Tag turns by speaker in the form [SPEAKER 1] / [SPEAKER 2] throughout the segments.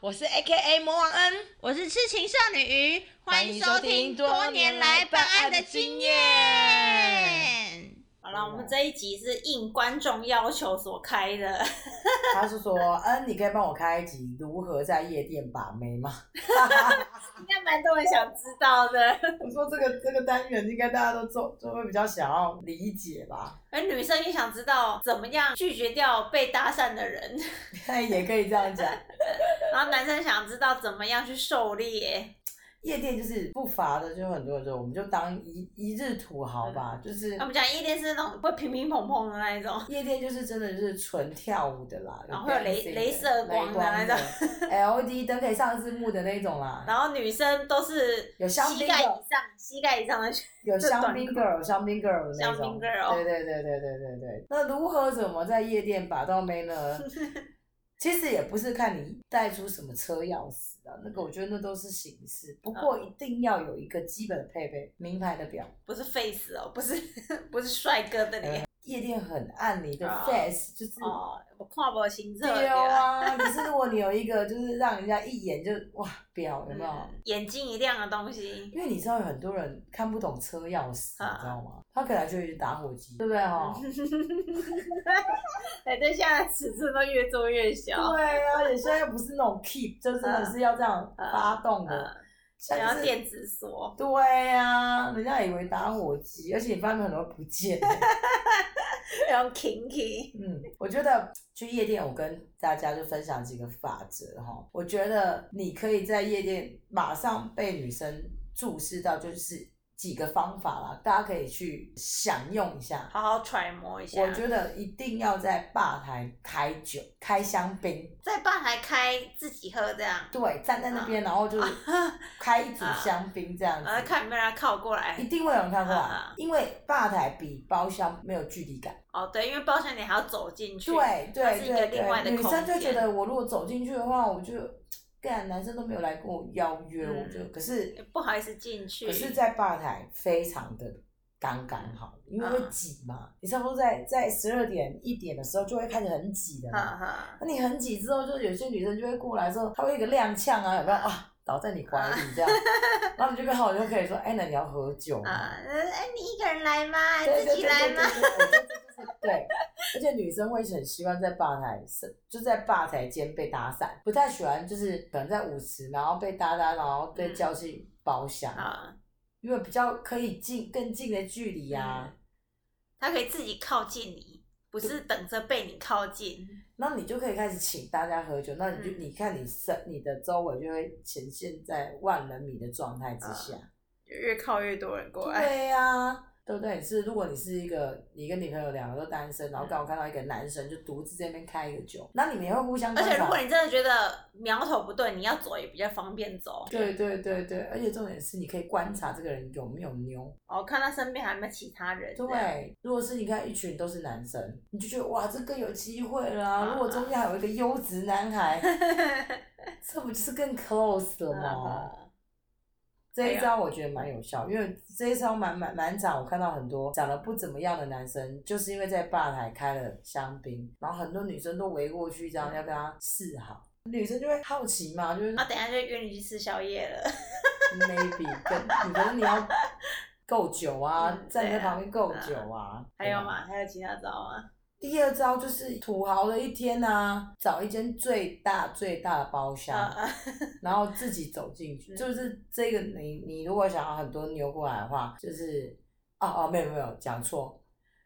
[SPEAKER 1] 我是 A K A 魔王恩，
[SPEAKER 2] 我是痴情少女鱼，欢迎收听
[SPEAKER 1] 多
[SPEAKER 2] 多
[SPEAKER 1] 年
[SPEAKER 2] 年
[SPEAKER 1] 来
[SPEAKER 2] 来
[SPEAKER 1] 办
[SPEAKER 2] 办
[SPEAKER 1] 案
[SPEAKER 2] 案
[SPEAKER 1] 的
[SPEAKER 2] 的
[SPEAKER 1] 经
[SPEAKER 2] 经
[SPEAKER 1] 验
[SPEAKER 2] 验。
[SPEAKER 3] 好了，我们这一集是应观众要求所开的，
[SPEAKER 4] 他是说，嗯，你可以帮我开一集如何在夜店把妹吗？
[SPEAKER 3] 应该蛮多人想知道的。
[SPEAKER 4] 我说这个这个单元应该大家都就就会比较想要理解吧，
[SPEAKER 3] 而女生也想知道怎么样拒绝掉被搭讪的人，
[SPEAKER 4] 也可以这样讲。
[SPEAKER 3] 然后男生想知道怎么样去狩猎。
[SPEAKER 4] 夜店就是不乏的，就很多人，我们就当一一日土豪吧，就是
[SPEAKER 3] 那我们讲夜店是那种会乒乒乓乓的那一种，
[SPEAKER 4] 夜店就是真的就是纯跳舞的啦，
[SPEAKER 3] 然后会有雷
[SPEAKER 4] dancing 的
[SPEAKER 3] 镭射光的那种
[SPEAKER 4] 光的 LED 灯可以上字幕的那种啦，
[SPEAKER 3] 然后女生都是
[SPEAKER 4] 有香槟
[SPEAKER 3] 膝
[SPEAKER 4] 的
[SPEAKER 3] 盖以上、膝盖以上的
[SPEAKER 4] 有
[SPEAKER 3] 这
[SPEAKER 4] 香
[SPEAKER 3] 短
[SPEAKER 4] 槟
[SPEAKER 3] 裤
[SPEAKER 4] girl、香槟 girl 那
[SPEAKER 3] 香
[SPEAKER 4] 种，
[SPEAKER 3] 槟 girl
[SPEAKER 4] 对对对对对对对。那如何怎么在夜店把到 妹呢？其实也不是看你带出什么车钥匙啊，那个我觉得那都是形式，不过
[SPEAKER 3] 嗯
[SPEAKER 4] 一定要有一个基本的配备，名牌的表。
[SPEAKER 3] 不是 face 哦，不是不是帅哥的脸
[SPEAKER 4] 夜店很暗，你的
[SPEAKER 3] 啊
[SPEAKER 4] face、就是。
[SPEAKER 3] 哦，我看不清楚
[SPEAKER 4] 对啊，可是如果你有一个就是让人家一眼就哇表有没有？
[SPEAKER 3] 嗯眼睛一亮的东西，
[SPEAKER 4] 因为你知道有很多人看不懂车钥匙，
[SPEAKER 3] 啊
[SPEAKER 4] 你知道吗？他可能就一直打火机，对不对哈、
[SPEAKER 3] 哎，对，现在的尺寸都越做越小。
[SPEAKER 4] 对啊，而且现在又不是那种 keep，就真的是要这样发动
[SPEAKER 3] 嗯
[SPEAKER 4] 的，像
[SPEAKER 3] 想要
[SPEAKER 4] 是
[SPEAKER 3] 电子锁，
[SPEAKER 4] 对呀、人家以为打火机，而且你发现很多不见 了。
[SPEAKER 3] 然后 kinky，
[SPEAKER 4] 嗯，我觉得去夜店，我跟大家就分享几个法则哈。我觉得你可以在夜店马上被女生注视到，就是几个方法啦，大家可以去享用一下。
[SPEAKER 3] 好好揣摩一下。
[SPEAKER 4] 我觉得一定要在吧台开酒、开香槟，
[SPEAKER 3] 在吧台开自己喝这样，
[SPEAKER 4] 对，站在那边，
[SPEAKER 3] 嗯
[SPEAKER 4] 然后就是开一组香槟这样子
[SPEAKER 3] 然，后呃看有没有人靠过来
[SPEAKER 4] 一。定会有人看过
[SPEAKER 3] 啊
[SPEAKER 4] 来，因为吧台比包厢没有距离感。
[SPEAKER 3] 哦，对，因为包厢你还要走进去。它
[SPEAKER 4] 对对
[SPEAKER 3] 是一个
[SPEAKER 4] 对
[SPEAKER 3] 另外的
[SPEAKER 4] 对，女生就
[SPEAKER 3] 空
[SPEAKER 4] 觉
[SPEAKER 3] 间
[SPEAKER 4] 得我如果走进去的话，我就干男生都没有来跟我邀约，
[SPEAKER 3] 嗯
[SPEAKER 4] 我就可是
[SPEAKER 3] 也不好意思进去。
[SPEAKER 4] 可是，在吧台非常的刚刚好，因为
[SPEAKER 3] 嗯
[SPEAKER 4] 会挤嘛，你差不多在在十二点一点的时候就会开始很挤的嘛。
[SPEAKER 3] 哈哈，
[SPEAKER 4] 那你很挤之后，就有些女生就会过来说，她会一个踉跄啊，有没有啊？倒在你怀里这样，然后你就跟好，你就可以说，哎、那你要喝酒吗？
[SPEAKER 3] 啊，嗯哎，你一个人来吗？
[SPEAKER 4] 对
[SPEAKER 3] 自己来吗？？
[SPEAKER 4] 对对对对对对对对对对，而且女生会很习惯在吧台是，就在吧台间被搭讪，不太喜欢就是可能在舞池，然后被搭搭，然后被叫去包厢，
[SPEAKER 3] 啊，
[SPEAKER 4] 因为比较可以近更近的距离啊。
[SPEAKER 3] 嗯他可以自己靠近你，不是等着被你靠近。
[SPEAKER 4] 那你就可以开始请大家喝酒，那你就、
[SPEAKER 3] 嗯
[SPEAKER 4] 你看你身你的周围就会呈现在万人迷的状态之下，
[SPEAKER 3] 嗯越靠越多人过 来，
[SPEAKER 4] 对呀、对不对？是如果你是一个你跟女朋友两个都单身，然后
[SPEAKER 3] 嗯
[SPEAKER 4] 刚好看到一个男生就独自这边开一个酒，那你们也会互相
[SPEAKER 3] 而
[SPEAKER 4] 观察。
[SPEAKER 3] 且如果你真的觉得苗头不对，你要走也比较方便走。
[SPEAKER 4] 对对对对，而且重点是你可以观察这个人有没有妞。
[SPEAKER 3] 哦，看他身边还有没有其他人。这样，
[SPEAKER 4] 对，如果是你看一群都是男生，你就觉得哇，这更有机会啦、
[SPEAKER 3] 啊
[SPEAKER 4] 如果中间还有一个优质 男孩，这不就是更 close 了吗？
[SPEAKER 3] 啊哎
[SPEAKER 4] 这一招我觉得蛮有效，因为这一招蛮蛮蛮长，我看到很多长得不怎么样的男生，就是因为在吧台开了香槟，然后很多女生都围过去，这样要跟他示好。女生就会好奇嘛，就 是
[SPEAKER 3] 然后等一下就约你去吃宵夜了。
[SPEAKER 4] maybe 跟你可能你要够久啊，
[SPEAKER 3] 嗯
[SPEAKER 4] 站在
[SPEAKER 3] 对啊
[SPEAKER 4] 旁边够久啊。
[SPEAKER 3] 还有吗？还有其他招吗？
[SPEAKER 4] 第二招就是土豪的一天啊，找一间最大最大的包
[SPEAKER 3] 啊
[SPEAKER 4] 厢，
[SPEAKER 3] 啊，
[SPEAKER 4] 然后自己走进去。
[SPEAKER 3] 嗯
[SPEAKER 4] 就是这个你你如果想要很多牛过来的话，就是哦哦没有没有讲错。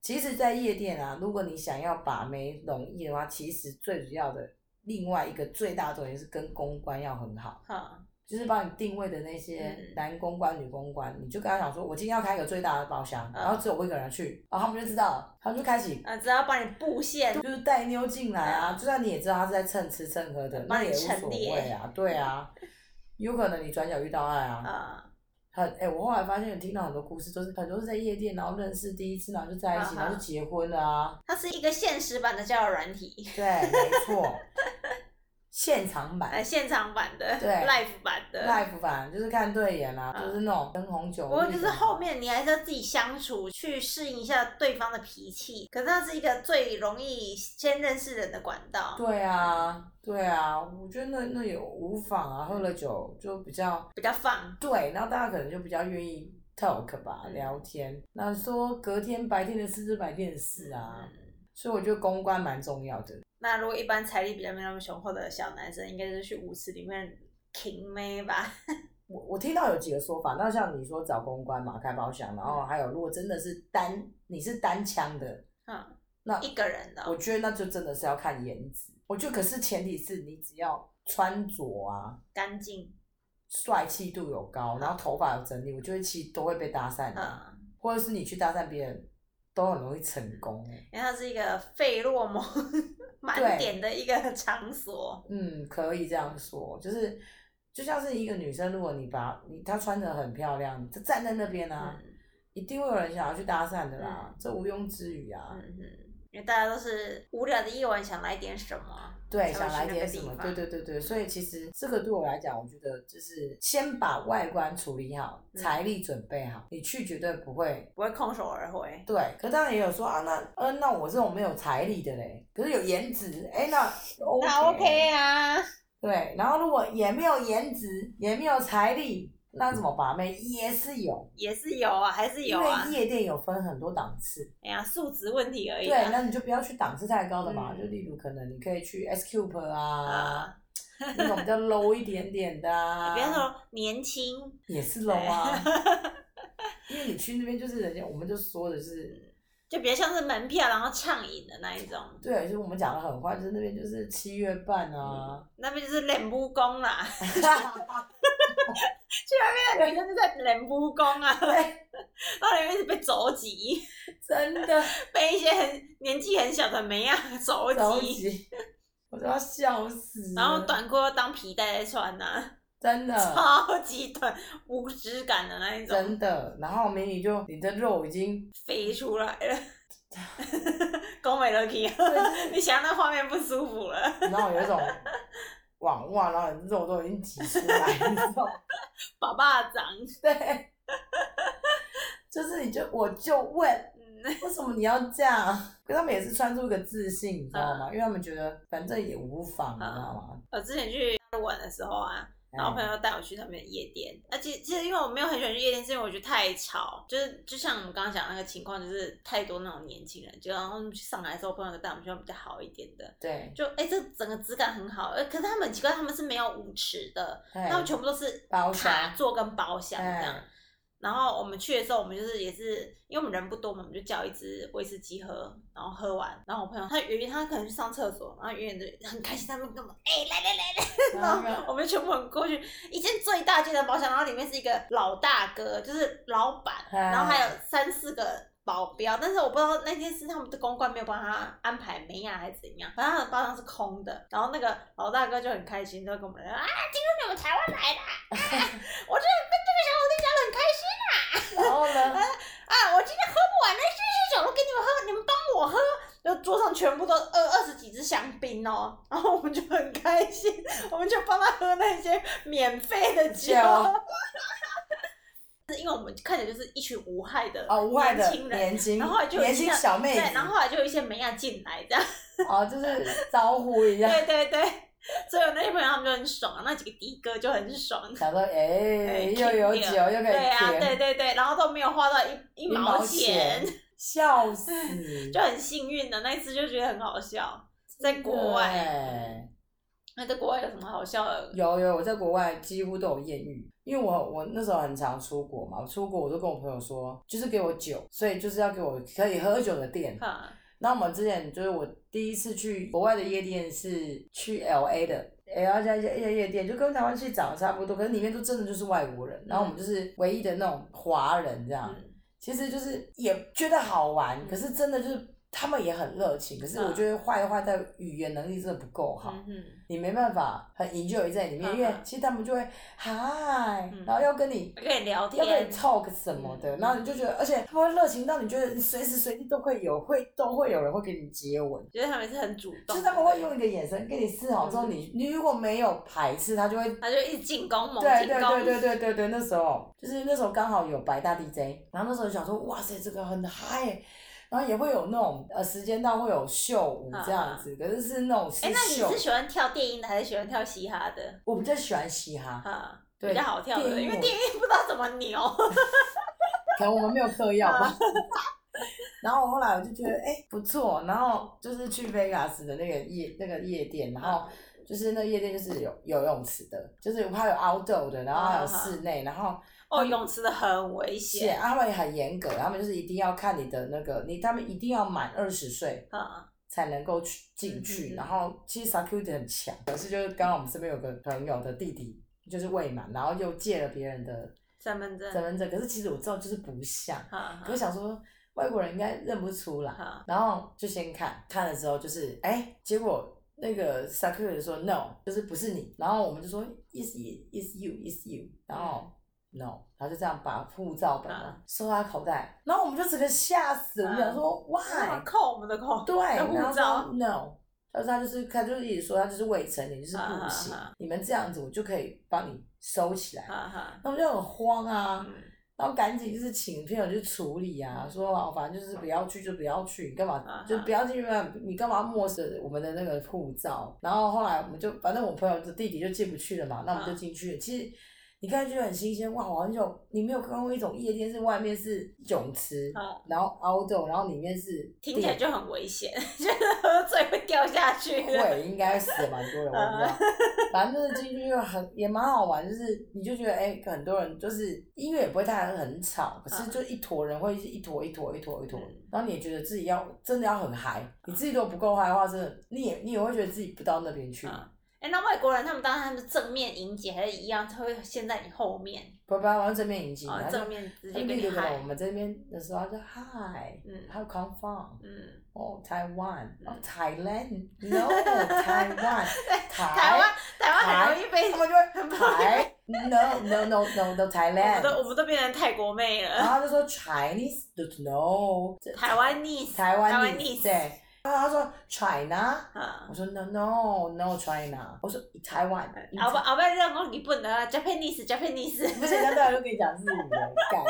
[SPEAKER 4] 其实，在夜店啊，如果你想要把妹容易的话，其实最主要的另外一个最大重点是跟公关要很好。
[SPEAKER 3] 好，
[SPEAKER 4] 就是帮你定位的那些
[SPEAKER 3] 嗯
[SPEAKER 4] 男公关、女公关，你就跟他讲说，我今天要开一个最大的包厢，
[SPEAKER 3] 嗯
[SPEAKER 4] 然后只有我一个人去，然后他们就知道了，他们就开始
[SPEAKER 3] 啊，只要帮你布线，
[SPEAKER 4] 就是带妞进来啊，就算你也知道他是在蹭吃蹭喝的，
[SPEAKER 3] 帮
[SPEAKER 4] 那
[SPEAKER 3] 你
[SPEAKER 4] 也无所谓啊，对啊，有可能你转角遇到爱啊，
[SPEAKER 3] 啊，
[SPEAKER 4] 很哎、我后来发现有听到很多故事，都是很多是在夜店，然后认识第一次，然后就在一起，
[SPEAKER 3] 嗯
[SPEAKER 4] 然后就结婚了啊，
[SPEAKER 3] 它是一个现实版的交友软体，
[SPEAKER 4] 对，没错。现场版
[SPEAKER 3] 呃，现场版的、
[SPEAKER 4] 对
[SPEAKER 3] live 版的。
[SPEAKER 4] live 版，就是看对眼啊，
[SPEAKER 3] 嗯
[SPEAKER 4] 就是那种跟红酒。
[SPEAKER 3] 不过就是后面你还是要自己相处，去适应一下对方的脾气。可是那是一个最容易先认识人的管道，
[SPEAKER 4] 对啊，对啊，我觉得那那有无妨啊，喝了酒就比较
[SPEAKER 3] 比较放。
[SPEAKER 4] 对，然后大家可能就比较愿意 talk 吧，
[SPEAKER 3] 嗯
[SPEAKER 4] 聊天。那说隔天白天的事就白天的事啊，
[SPEAKER 3] 嗯
[SPEAKER 4] 所以我觉得公关蛮重要的。
[SPEAKER 3] 那如果一般财力比较没那么雄厚的小男生，应该就是去舞池里面挺妹 吧？
[SPEAKER 4] 我我听到有几个说法，那像你说找公关嘛，开包厢，然后还有如果真的是单你是单枪的，
[SPEAKER 3] 嗯，
[SPEAKER 4] 那
[SPEAKER 3] 一个人的哦、
[SPEAKER 4] 我觉得那就真的是要看颜值。我觉得可是前提是你只要穿着啊。
[SPEAKER 3] 干净，
[SPEAKER 4] 帅气度有高，然后头发有整理，我觉得其实都会被搭讪的、
[SPEAKER 3] 嗯，
[SPEAKER 4] 或者是你去搭讪别人，都很容易成功。欸
[SPEAKER 3] 因为它是一个费洛蒙 满
[SPEAKER 4] 对
[SPEAKER 3] 点的一个场所。
[SPEAKER 4] 嗯，可以这样说，就是就像是一个女生，如果你把你她穿的很漂亮，就站在那边啊，
[SPEAKER 3] 嗯
[SPEAKER 4] 一定会有人想要去搭讪的啦，这毋庸置疑啊。
[SPEAKER 3] 嗯嗯，因为大家都是无聊的夜晚，想来点什么？
[SPEAKER 4] 对，
[SPEAKER 3] 才
[SPEAKER 4] 想
[SPEAKER 3] 会
[SPEAKER 4] 来
[SPEAKER 3] 去那
[SPEAKER 4] 点
[SPEAKER 3] 个
[SPEAKER 4] 什
[SPEAKER 3] 地
[SPEAKER 4] 么？
[SPEAKER 3] 方嗯
[SPEAKER 4] 对对对对，所以其实这个对我来讲，我觉得就是先把外观处理好，
[SPEAKER 3] 嗯
[SPEAKER 4] 财力准备好，你去绝对不会
[SPEAKER 3] 不会空手而回。
[SPEAKER 4] 对，可当然也有说啊，那呃，那我这种没有财力的嘞，可是有颜值，哎，那 OK,
[SPEAKER 2] 那 OK 啊，
[SPEAKER 4] 对，然后如果也没有颜值，也没有财力，那怎么把妹也是有，
[SPEAKER 3] 也是有啊，还是有啊
[SPEAKER 4] 因，为夜店有分很多档次，
[SPEAKER 3] 哎呀，素质问题而已啊
[SPEAKER 4] 对，
[SPEAKER 3] 啦。
[SPEAKER 4] 那你就不要去档次太高的嘛，
[SPEAKER 3] 嗯
[SPEAKER 4] 就例如可能你可以去 S Cube 啊
[SPEAKER 3] 啊。
[SPEAKER 4] 那种比较 low 一点点的、啊，
[SPEAKER 3] 你不要说年轻，
[SPEAKER 4] 也是 low 啊，因为你去那边就是人家，我们就说的是
[SPEAKER 3] 就比较像是门票，然后畅饮的那一种，
[SPEAKER 4] 对，啊就是我们讲的很快，就是那边就是七月半啊，
[SPEAKER 3] 那边就是冷不宫 啦。去那边的女生就在冷不宫啊，
[SPEAKER 4] 对
[SPEAKER 3] 然后里面是被肘击，
[SPEAKER 4] 真的
[SPEAKER 3] 被一些很年纪很小的梅啊肘
[SPEAKER 4] 着
[SPEAKER 3] 击，
[SPEAKER 4] 急，我都要笑死了。
[SPEAKER 3] 然后短裤要当皮带在穿呐、
[SPEAKER 4] 真的
[SPEAKER 3] 超级短，无质感的那一
[SPEAKER 4] 真
[SPEAKER 3] 种，
[SPEAKER 4] 的，然后美女就你的肉已经，
[SPEAKER 3] 飞出来 了。宫美乐 k 你想到那画面不舒服了，
[SPEAKER 4] 然后有 一种网袜，然后你肉都已经挤出来，你知 道吗？
[SPEAKER 3] 爸爸掌，
[SPEAKER 4] 对，就是你就我就问。
[SPEAKER 3] 嗯，
[SPEAKER 4] 为什么你要这样？可他们也是穿出一个自信，你知道吗？因为他们觉得反正也无妨，你知道吗？
[SPEAKER 3] 嗯
[SPEAKER 4] 哎
[SPEAKER 3] 我之前去玩的时候啊，然后
[SPEAKER 4] 嗯
[SPEAKER 3] 我朋友带我去那边的夜店，而且其实因为我没有很喜欢去夜店，是因为我觉得太吵，就是就像我们刚刚讲的那个情况，就是太多那种年轻人，就然后去上来的时候，我朋友就带我们去那种比较好一点的，
[SPEAKER 4] 对，
[SPEAKER 3] 就哎、这整个质感很好，哎、可是他们很奇怪，他们是没有舞池的，
[SPEAKER 4] 哎
[SPEAKER 3] 他们全部都是
[SPEAKER 4] 包厢
[SPEAKER 3] 卡座跟包厢这样
[SPEAKER 4] 哎。
[SPEAKER 3] 然后我们去的时候，我们就是也是因为我们人不多嘛，我们就叫一支威士忌喝，然后喝完，然后我朋友他远远他可能去上厕所，然后远远的很开心，他们干嘛？哎、来来来来，
[SPEAKER 4] 然后
[SPEAKER 3] 我们全部人过去，一间最大间的包厢，然后里面是一个老大哥，就是老板，
[SPEAKER 4] 哎
[SPEAKER 3] 然后还有三四个保镖，但是我不知道那天是他们的公关没有帮他安排美亚还是怎样，反正他的包厢是空的，然后那个老大哥就很开心，就跟我们说啊，听说你们台湾来的啊，啊我这跟这个小伙子聊得很开心
[SPEAKER 4] 然 后呢？
[SPEAKER 3] 啊，我今天喝不完的这些酒都给你们喝，你们帮我喝。就桌上全部都二二十几支香槟哦，然后我们就很开心，我们就帮他喝那些免费的酒
[SPEAKER 4] 酒，
[SPEAKER 3] 是 因为我们看起来就是一群无害的
[SPEAKER 4] 哦，无害的
[SPEAKER 3] 年轻人，
[SPEAKER 4] 年轻，
[SPEAKER 3] 然后就有
[SPEAKER 4] 年
[SPEAKER 3] 一
[SPEAKER 4] 轻
[SPEAKER 3] 些
[SPEAKER 4] 小妹
[SPEAKER 3] 对，
[SPEAKER 4] 子，
[SPEAKER 3] 然后后来就有一些美亚进来这样，
[SPEAKER 4] 哦，就是招呼一下，
[SPEAKER 3] 对对对，所以我那些朋友他们就很爽，啊那几个的哥就很爽，
[SPEAKER 4] 想说
[SPEAKER 3] 哎
[SPEAKER 4] 哎，又
[SPEAKER 3] 停
[SPEAKER 4] 有
[SPEAKER 3] 掉
[SPEAKER 4] 酒又可以
[SPEAKER 3] 对啊，
[SPEAKER 4] 甜
[SPEAKER 3] 对对对，然后都没有花到一一
[SPEAKER 4] 一
[SPEAKER 3] 毛
[SPEAKER 4] 钱， 笑死，
[SPEAKER 3] 就很幸运的那一次就觉得很好笑，在国外，
[SPEAKER 4] 对。
[SPEAKER 3] 那在国外有什么好笑的？
[SPEAKER 4] 有有，我在国外几乎都有艳遇，因为我我那时候很常出国嘛，我出国我就跟我朋友说，就是给我酒，所以就是要给我可以喝酒的店。
[SPEAKER 3] 哈，
[SPEAKER 4] 那我们之前就是我第一次去国外的夜店是去 L A 的，L A 家一家夜店就跟台湾去长得差不多，可是里面都真的就是外国人，然后我们就是唯一的那种华人这样，
[SPEAKER 3] 嗯
[SPEAKER 4] 其实就是也觉得好玩，可是真的就是他们也很热情，可是我觉得坏坏在语言能力真的不够好，
[SPEAKER 3] 嗯哼，
[SPEAKER 4] 你没办法很 enjoy 在里面，
[SPEAKER 3] 嗯
[SPEAKER 4] 因为
[SPEAKER 3] 嗯
[SPEAKER 4] 其实他们就会嗨，
[SPEAKER 3] 嗯
[SPEAKER 4] 然后要跟你
[SPEAKER 3] 可以聊
[SPEAKER 4] 要跟
[SPEAKER 3] 天
[SPEAKER 4] 你，talk 什么的，
[SPEAKER 3] 嗯
[SPEAKER 4] 然后你就觉得，而且他会热情到你觉得你随时随地都会有，会都会有人会跟你接吻，
[SPEAKER 3] 觉得他们是很主
[SPEAKER 4] 就
[SPEAKER 3] 动，
[SPEAKER 4] 是他们会用一个眼神跟你示好之后，
[SPEAKER 3] 嗯
[SPEAKER 4] 你你如果没有排斥，他就会。
[SPEAKER 3] 他就一直进攻，猛
[SPEAKER 4] 对
[SPEAKER 3] 进
[SPEAKER 4] 对
[SPEAKER 3] 攻，
[SPEAKER 4] 对对对对对，那时候就是那时候刚好有白大 DJ，然后那时候想说，哇塞，这个很嗨欸，然后也会有那种呃时间到会有秀舞这样子，可是是那种是
[SPEAKER 3] 嗯哎、那
[SPEAKER 4] 秀
[SPEAKER 3] 你是，喜欢跳电音的还是喜欢跳嘻哈的？
[SPEAKER 4] 我比较喜欢嘻哈，
[SPEAKER 3] 啊，
[SPEAKER 4] 对
[SPEAKER 3] 比较好跳的，
[SPEAKER 4] 电音
[SPEAKER 3] 因
[SPEAKER 4] 我
[SPEAKER 3] 为电音不知道怎么 扭。
[SPEAKER 4] 可能我们没有 嗑药吧。
[SPEAKER 3] 嗯
[SPEAKER 4] 然后我后来我就觉得，哎、不错。然后就是去 Vegas 的那个夜那个夜店，然后就是那夜店就是有有游泳池的，就是它有 outdoor 的，然后
[SPEAKER 3] 嗯
[SPEAKER 4] 还有室内，然后
[SPEAKER 3] 哦，泳池的很危
[SPEAKER 4] 是
[SPEAKER 3] 险。
[SPEAKER 4] 啊他们也很严格，他们就是一定要看你的那个，你他们一定要满二十岁
[SPEAKER 3] 啊，
[SPEAKER 4] 才能够去进
[SPEAKER 3] 嗯
[SPEAKER 4] 去。
[SPEAKER 3] 嗯嗯
[SPEAKER 4] 然后其实 security 很强，可是就是刚好我们身边有个朋友的弟弟。就是未满，然后又借了别人的
[SPEAKER 3] 身份
[SPEAKER 4] 身
[SPEAKER 3] 证。
[SPEAKER 4] 份证，可是其实我知道就是不像，
[SPEAKER 3] 哈
[SPEAKER 4] 可是想说外国人应该认不出来，
[SPEAKER 3] 哈，
[SPEAKER 4] 然后就先看，看了之后就是哎、结果那个 s a k u r 说 no，就是不是你，然后我们就说 is is you is you，然后。no，然后就这样把护照本啊
[SPEAKER 3] 嗯啊嗯
[SPEAKER 4] 收到口袋，然后我们就整个吓死，我们想说
[SPEAKER 3] 干嘛
[SPEAKER 4] why？
[SPEAKER 3] 扣我们的扣？
[SPEAKER 4] 对，然
[SPEAKER 3] 护
[SPEAKER 4] 后
[SPEAKER 3] 照
[SPEAKER 4] 说 no，他说他就是他就是一直说他就是未成年，就是
[SPEAKER 3] 啊
[SPEAKER 4] 不
[SPEAKER 3] 啊
[SPEAKER 4] 行
[SPEAKER 3] 啊，
[SPEAKER 4] 你们这样子我就可以帮你收起来，
[SPEAKER 3] 哈哈，
[SPEAKER 4] 那我们就很慌啊，
[SPEAKER 3] 嗯
[SPEAKER 4] 然后赶紧就是请朋友去处理啊，说啊反正就是不要去就不要去，你干嘛
[SPEAKER 3] 啊
[SPEAKER 4] 就不要进去啊，你干嘛漠视我们的那个护照？然后后来我们就反正我朋友的弟弟就进不去了嘛，那我
[SPEAKER 3] 啊
[SPEAKER 4] 们就进去了。其实你看就很新鲜哇，我很久你没有看过一种夜店是外面是泳池，
[SPEAKER 3] 啊
[SPEAKER 4] 然后 outdoor，然后里面是
[SPEAKER 3] 听起来就很危险， 觉得喝醉会掉下去。
[SPEAKER 4] 会应该死了蛮多人，我不知道。
[SPEAKER 3] 嗯
[SPEAKER 4] 反正就是进去就很也蛮好玩，就是你就觉得哎、很多人就是音乐也不会太很吵，可是就一坨人会一坨一坨一坨一坨，
[SPEAKER 3] 嗯
[SPEAKER 4] 然后你也觉得自己要真的要很嗨，你自己都不够嗨的话，真的你也你也会觉得自己不到那边去，
[SPEAKER 3] 啊哎、那外国人他们当然他们正面迎接还是一样，他会先在你后面，
[SPEAKER 4] 不不，往正面迎击，
[SPEAKER 3] 啊、
[SPEAKER 4] 然后
[SPEAKER 3] 正
[SPEAKER 4] 就
[SPEAKER 3] 面直
[SPEAKER 4] 他
[SPEAKER 3] 接
[SPEAKER 4] 就
[SPEAKER 3] 跟
[SPEAKER 4] 立
[SPEAKER 3] 你
[SPEAKER 4] 刻来我
[SPEAKER 3] 嗨。
[SPEAKER 4] 们这边的时候他就嗨。
[SPEAKER 3] 嗯
[SPEAKER 4] How come from?
[SPEAKER 3] 嗯，
[SPEAKER 4] Oh, Taiwan. Oh,
[SPEAKER 3] 嗯
[SPEAKER 4] Thailand. No, Taiwan.
[SPEAKER 3] 哎台湾台湾很容易被
[SPEAKER 4] 他们就会台 no no no no no
[SPEAKER 3] 我们都
[SPEAKER 4] Thailand，
[SPEAKER 3] 我们都变成泰国妹
[SPEAKER 4] 然
[SPEAKER 3] 了，
[SPEAKER 4] 后他就说 Chinese don't know，这
[SPEAKER 3] 台湾 niece，
[SPEAKER 4] 台湾
[SPEAKER 3] 台湾
[SPEAKER 4] niece，
[SPEAKER 3] niece
[SPEAKER 4] 对，然后他说 China，
[SPEAKER 3] 啊
[SPEAKER 4] 我，说 no no no China，我说台湾，
[SPEAKER 3] 后不后不要让我日本的啊 Japanese
[SPEAKER 4] 不
[SPEAKER 3] Japanese，
[SPEAKER 4] 行，他当然就跟你讲日语了，干，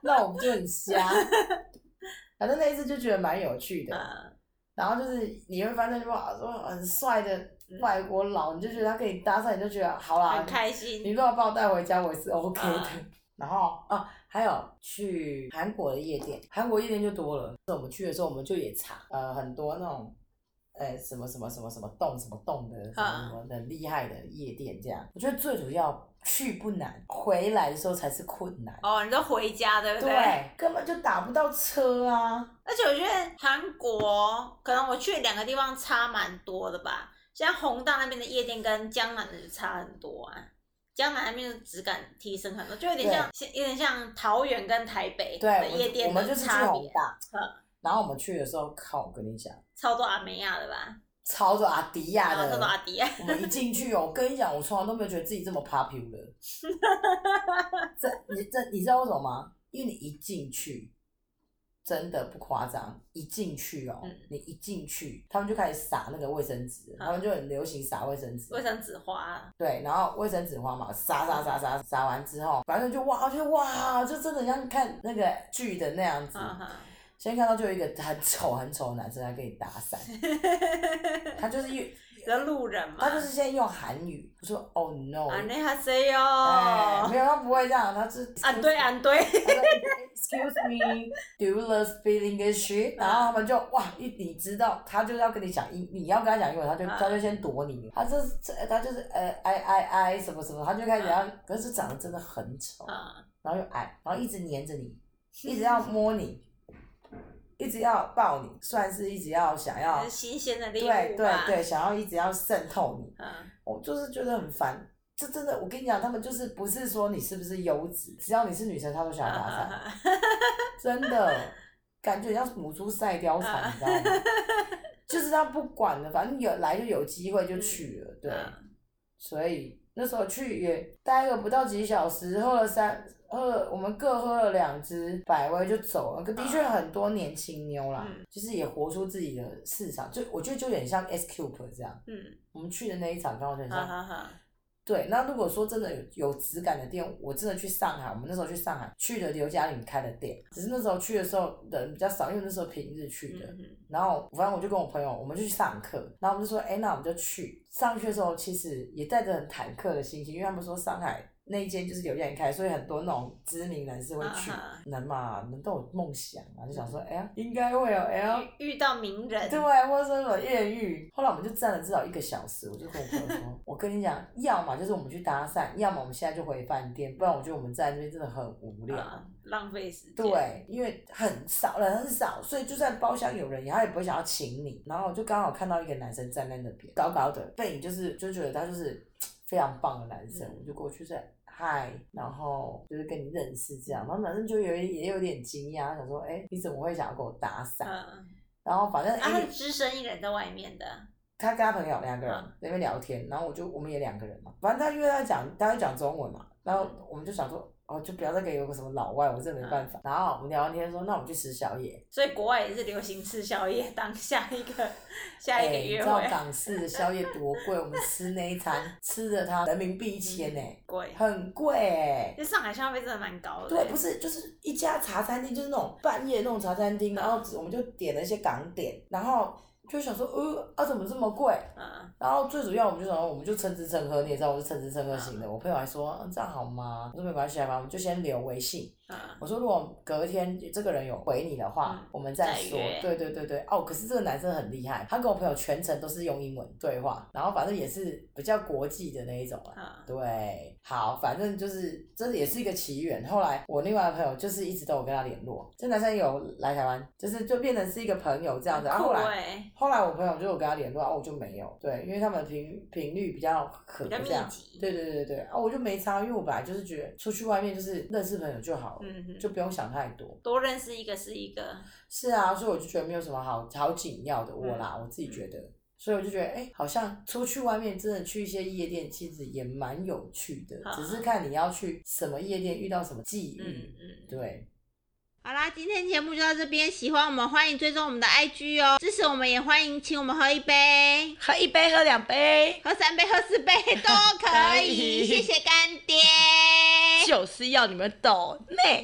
[SPEAKER 4] 那我们就很瞎。反正那一次就觉得蛮有趣的，
[SPEAKER 3] 啊，
[SPEAKER 4] 然后就是你会发现哇，说很帅的外国佬，你就觉得他跟你搭讪，你就觉得好啦，
[SPEAKER 3] 很开
[SPEAKER 4] 啊你
[SPEAKER 3] 心，
[SPEAKER 4] 如果把我带回家，我也是 OK 的。
[SPEAKER 3] 啊
[SPEAKER 4] 然后啊，还有去韩国的夜店，韩国夜店就多了。我们去的时候，我们就也查，呃，很多那种，呃，什么什么什么什么洞什么洞的，
[SPEAKER 3] 啊
[SPEAKER 4] 什么什么的厉害的夜店这样。我觉得最主要去不难，回来的时候才是困难。
[SPEAKER 3] 哦，你都回家对不
[SPEAKER 4] 对，根本就打不到车啊。
[SPEAKER 3] 而且我觉得韩国哦可能我去两个地方差蛮多的吧，像宏大那边的夜店跟江南的就差很多啊。江南那边的质感提升很多，就有点像，像有点像桃园跟台北
[SPEAKER 4] 对，
[SPEAKER 3] 的
[SPEAKER 4] 我
[SPEAKER 3] 夜
[SPEAKER 4] 就我
[SPEAKER 3] 店
[SPEAKER 4] 们
[SPEAKER 3] 的
[SPEAKER 4] 就是去
[SPEAKER 3] 差
[SPEAKER 4] 宏
[SPEAKER 3] 别，
[SPEAKER 4] 大
[SPEAKER 3] 嗯，
[SPEAKER 4] 然后我们去的时候，靠，我跟你讲，
[SPEAKER 3] 超多阿美亚的吧，
[SPEAKER 4] 超多阿迪亚
[SPEAKER 3] 然后
[SPEAKER 4] 的，
[SPEAKER 3] 超啊多阿迪亚，
[SPEAKER 4] 我们一进去哦，我跟你讲，我从来都没有觉得自己这么 popular。这你这你知道为什么吗？因为你一进去，真的不夸张，一进去哦，
[SPEAKER 3] 嗯
[SPEAKER 4] 你一进去，他们就开始撒那个卫生纸，
[SPEAKER 3] 啊
[SPEAKER 4] 他们就很流行撒卫生纸
[SPEAKER 3] 卫。生纸花，啊
[SPEAKER 4] 对，然后卫生纸花嘛，撒撒撒撒撒完之后，反正就哇，就哇，就真的像看那个剧的那样子。
[SPEAKER 3] 哈哈，
[SPEAKER 4] 先看到就有一个很丑很丑的男生来跟你搭讪，他就是用
[SPEAKER 3] 的路人嘛，
[SPEAKER 4] 他就是先用韩语，我说 Oh no，
[SPEAKER 3] 안녕하세요，
[SPEAKER 4] 哎，
[SPEAKER 3] 啊
[SPEAKER 4] 没有，他不会这样，他是
[SPEAKER 3] 对啊对，
[SPEAKER 4] 他说 Excuse me，do you love speak English？
[SPEAKER 3] 嗯
[SPEAKER 4] 然后他们就哇，一你知道，他就要跟你讲英，你要跟他讲英文，他就
[SPEAKER 3] 啊
[SPEAKER 4] 他就先躲你，他就是他就是呃哎哎哎什么什么，他就开始
[SPEAKER 3] 嗯
[SPEAKER 4] 要，可是长得真的很丑，
[SPEAKER 3] 啊，
[SPEAKER 4] 然后又矮，然后一直黏着
[SPEAKER 3] 嗯
[SPEAKER 4] 你，一直要摸你，一直要抱你，算是一直要想要
[SPEAKER 3] 呃是，新鲜的礼物
[SPEAKER 4] 对对
[SPEAKER 3] 吧，
[SPEAKER 4] 对，想要一直要渗透你。
[SPEAKER 3] 嗯，
[SPEAKER 4] 我就是觉得很烦。这真的，我跟你讲，他们就是不是说你是不是优质，只要你是女生，他都想要搭
[SPEAKER 3] 啊
[SPEAKER 4] 讪，真的。感觉像母猪赛貂蝉，你知 道吗？就是他不管了，反正有来就有机会就去了，对。
[SPEAKER 3] 嗯
[SPEAKER 4] 所以那时候去也待了不到几小时，喝了三喝了，我们各喝了两支百威就走了。可的确很多年轻妞啦，
[SPEAKER 3] 啊嗯
[SPEAKER 4] 就是也活出自己的市场，就我觉得就有点像 S Cube 这样。
[SPEAKER 3] 嗯，
[SPEAKER 4] 我们去的那一场刚好就很像。
[SPEAKER 3] 啊哈哈哈，
[SPEAKER 4] 对，那如果说真的有有质感的店，我真的去上海，我们那时候去上海去了刘嘉玲开的店，只是那时候去的时候人比较少，因为那时候平日去的。
[SPEAKER 3] 嗯嗯
[SPEAKER 4] 然后反正我就跟我朋友，我们就去上课，然后我们就说，哎，那我们就去。上去的时候其实也带着很忐忑的心情，因为他们说上海那一间就是有店开，所以很多那种知名人士会去。
[SPEAKER 3] 啊哈嗯
[SPEAKER 4] 人嘛，人都有梦想啊，就想说，哎呀，应该会有，哎呀，
[SPEAKER 3] 遇遇到名人，
[SPEAKER 4] 对，或者说有艳遇。后来我们就站了至少一个小时，我就跟我朋友说， 我跟你讲，要么就是我们去搭讪，要么我们现在就回饭店，不然我觉得我们在这边真的很无聊。
[SPEAKER 3] 啊，浪费时间，
[SPEAKER 4] 对，因为很少人很少，所以就算包厢有人，他也不会想要请你。然后我就刚好看到一个男生站在那边，高高的背影，就是就觉得他就是非常棒的男生，
[SPEAKER 3] 嗯
[SPEAKER 4] 我就过去说嗨，然后就是跟你认识这样。然后男生就有一也有点惊讶，他想说，哎，你怎么会想要跟我搭讪？
[SPEAKER 3] 嗯，
[SPEAKER 4] 然后反正
[SPEAKER 3] 啊，
[SPEAKER 4] 哎、
[SPEAKER 3] 他是只身一人在外面的，
[SPEAKER 4] 他跟他朋友两个人
[SPEAKER 3] 嗯
[SPEAKER 4] 在那边聊天，然后我就我们也两个人嘛，反正他因为他讲他会讲中文嘛，然后我们就想说。哦，就不要再给有个什么老外，我真的没办法。然后我们聊完天说，那我们去吃宵夜。
[SPEAKER 3] 所以国外也是流行吃宵夜当下一个下一个
[SPEAKER 4] 哎你
[SPEAKER 3] 约
[SPEAKER 4] 知道
[SPEAKER 3] 会，
[SPEAKER 4] 港式的宵夜多贵？我们吃那一餐吃的它人民币一千呢、
[SPEAKER 3] 贵，
[SPEAKER 4] 很贵哎、
[SPEAKER 3] 就上海消费真的蛮高的，
[SPEAKER 4] 对，不是，就是一家茶餐厅，就是那种半夜那种茶餐厅，然后我们就点了一些港点，然后就想说，呃，啊怎么这么贵？
[SPEAKER 3] 嗯，
[SPEAKER 4] 然后最主要我们就想说，我们就蹭吃蹭喝，你也知道我是蹭吃蹭喝型的。我朋友还说、嗯这样好吗？我说没关系啊，反正我们就先留微信，
[SPEAKER 3] 嗯
[SPEAKER 4] 我说，如果隔天这个人有回你的话，
[SPEAKER 3] 嗯
[SPEAKER 4] 我们再说
[SPEAKER 3] 再约。
[SPEAKER 4] 对对对对，哦，可是这个男生很厉害，他跟我朋友全程都是用英文对话，然后反正也是比较国际的那一种啊。
[SPEAKER 3] 嗯
[SPEAKER 4] 对，好，反正就是这也是一个奇缘。后来我另外的朋友就是一直都有跟他联络，这男生有来台湾，就是就变成是一个朋友这样子。啊然后
[SPEAKER 3] 酷
[SPEAKER 4] 后来
[SPEAKER 3] 欸
[SPEAKER 4] 后来我朋友就有跟他联络，哦，我就没有，对，因为他们频频率比较合
[SPEAKER 3] 比
[SPEAKER 4] 这
[SPEAKER 3] 较密
[SPEAKER 4] 样。
[SPEAKER 3] 集，
[SPEAKER 4] 对对对对，啊，我就没差，因为我本来就是觉得出去外面就是认识朋友就好了，
[SPEAKER 3] 嗯哼，
[SPEAKER 4] 就不用想太多。
[SPEAKER 3] 多认识一个是一个，
[SPEAKER 4] 是啊，所以我就觉得没有什么好好紧要的我
[SPEAKER 3] 嗯
[SPEAKER 4] 啦，我自己觉得，所以我就觉得，哎、好像出去外面真的去一些夜店，其实也蛮有趣的，
[SPEAKER 3] 好
[SPEAKER 4] 只是看你要去什么夜店，遇到什么际
[SPEAKER 3] 嗯
[SPEAKER 4] 遇。
[SPEAKER 3] 嗯，
[SPEAKER 4] 对，
[SPEAKER 2] 好啦，今天节目就到这边，喜欢我们欢迎追踪我们的 IG 哦，支持我们也欢迎请我们喝一杯、
[SPEAKER 1] 喝一杯，喝两杯，
[SPEAKER 2] 喝三杯、喝四杯都可
[SPEAKER 1] 可以
[SPEAKER 2] 以，谢谢干爹。
[SPEAKER 1] 就是要你们懂内。